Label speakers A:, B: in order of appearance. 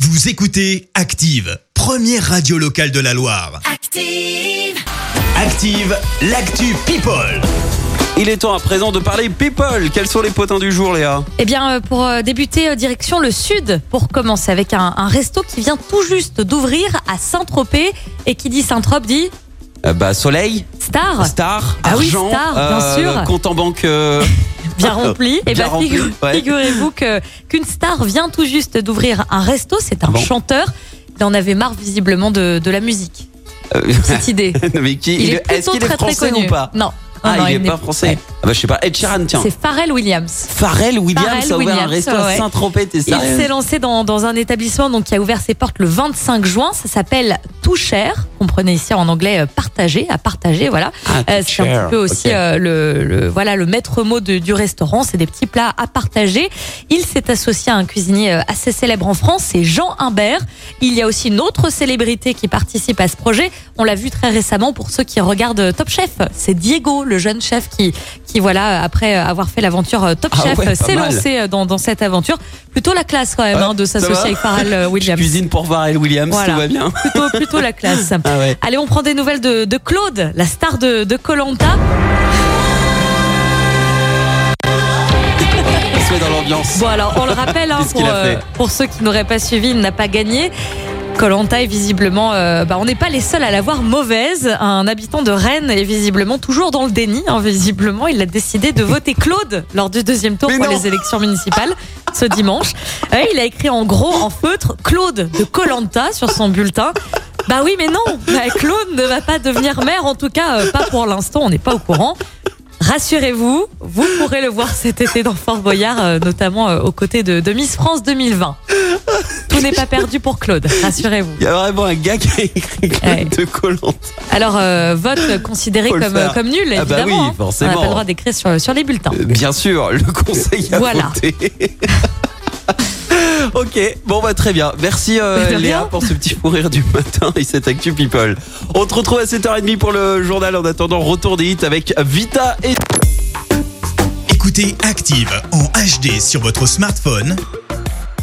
A: Vous écoutez Active, première radio locale de la Loire.
B: Active.
A: Active, l'actu People.
C: Il est temps à présent de parler people. Quels sont les potins du jour, Léa
D: Eh bien, euh, pour euh, débuter, euh, direction le sud, pour commencer avec un, un resto qui vient tout juste d'ouvrir à Saint-Tropez. Et qui dit Saint-Trope dit
C: Euh, Bah soleil,
D: star,
C: star,
D: Ah oui,
C: argent,
D: star, bien sûr.
C: compte en banque. euh,
D: bien rempli. Eh
C: Bien
D: ben,
C: rempli,
D: figu-
C: ouais.
D: figurez-vous que- qu'une star vient tout juste d'ouvrir un resto. C'est un
C: Ah bon
D: chanteur. Il en avait marre visiblement de, de la musique,
C: euh,
D: cette idée.
C: mais qui
D: Il
C: il-
D: est
C: Est-ce
D: plutôt
C: qu'il est
D: très très
C: français
D: connu.
C: ou pas
D: Non. Non,
C: Ah,
D: non,
C: il,
D: n'est-
C: est pas français.
D: Ouais.
C: Ah bah je sais pas. Ed Sheeran, tiens.
D: C'est Pharrell Williams.
C: Pharrell Williams
D: Pharrell
C: a ouvert un
D: Williams,
C: resto à
D: ouais.
C: Saint-Tropez, t'es
D: Il
C: sérieux
D: s'est lancé dans, dans un établissement donc, qui a ouvert ses portes le 25 juin. Ça s'appelle Tout Cher. Comprenez ici en anglais euh, partager, à partager, voilà.
C: Ah,
D: Euh,
C: tout
D: c'est un
C: cher,
D: petit peu aussi
C: ok.
D: euh, le, le- voilà, le maître mot de- du restaurant. C'est des petits plats à partager. Il s'est associé à un cuisinier euh, assez célèbre en France, c'est Jean Humbert. Il y a aussi une autre célébrité qui participe à ce projet. On l'a vu très récemment pour ceux qui regardent euh, Top Chef. C'est Diego, le jeune chef qui, qui voilà, euh, après euh, avoir fait l'aventure euh, Top
C: Ah
D: Chef,
C: ouais, pas
D: euh, s'est
C: mal.
D: lancé euh, dans, dans cette aventure. Plutôt la classe quand même
C: Ouais,
D: hein, de
C: ça
D: s'associer
C: va
D: avec Pharrell euh,
C: Je
D: Williams.
C: cuisine pour Pharrell Williams,
D: Voilà.
C: tout va bien.
D: Plutôt, plutôt la classe.
C: Ah ouais.
D: Allez, on prend des nouvelles de, de Claude, la star de de Colanta.
C: On se met dans l'ambiance.
D: Bon alors on le rappelle hein,
C: Qu'est-ce
D: pour,
C: qu'il a
D: euh,
C: fait
D: pour ceux qui n'auraient pas suivi, il n'a pas gagné. Colanta est visiblement, euh, bah, on n'est pas les seuls à la voir mauvaise. Un habitant de Rennes est visiblement toujours dans le déni. hein, visiblement, il a décidé de voter Claude lors du deuxième tour
C: Mais
D: pour
C: non.
D: les élections municipales ce dimanche. Ouais, il a écrit en gros en feutre Claude de Colanta sur son bulletin. Bah oui, mais non, bah, Claude ne va pas devenir maire. En tout cas, euh, pas pour l'instant. On n'est pas au courant. Rassurez-vous, vous pourrez le voir cet été dans Fort Boyard, euh, notamment euh, aux côtés de, de Miss France 2020. Tout n'est pas perdu pour Claude, rassurez-vous.
C: Il y a vraiment un gars qui a écrit Claude
D: Ouais.
C: de Collant.
D: Alors, euh, vote considéré
C: Faut le
D: comme, euh,
C: faire.
D: comme nul,
C: Ah
D: évidemment.
C: bah oui,
D: hein.
C: forcément.
D: On n'a pas le droit d'écrire sur, sur les bulletins.
C: Euh, Bien sûr, le conseil a
D: Voilà.
C: voté. ok, bon bah très bien. Merci euh,
D: Mais de
C: Léa
D: rien.
C: pour ce petit fou rire du matin et cette actu people. On te retrouve à 7h30 pour le journal. En attendant, retour des hits avec Vita et
A: Écoutez Active en HD sur votre smartphone,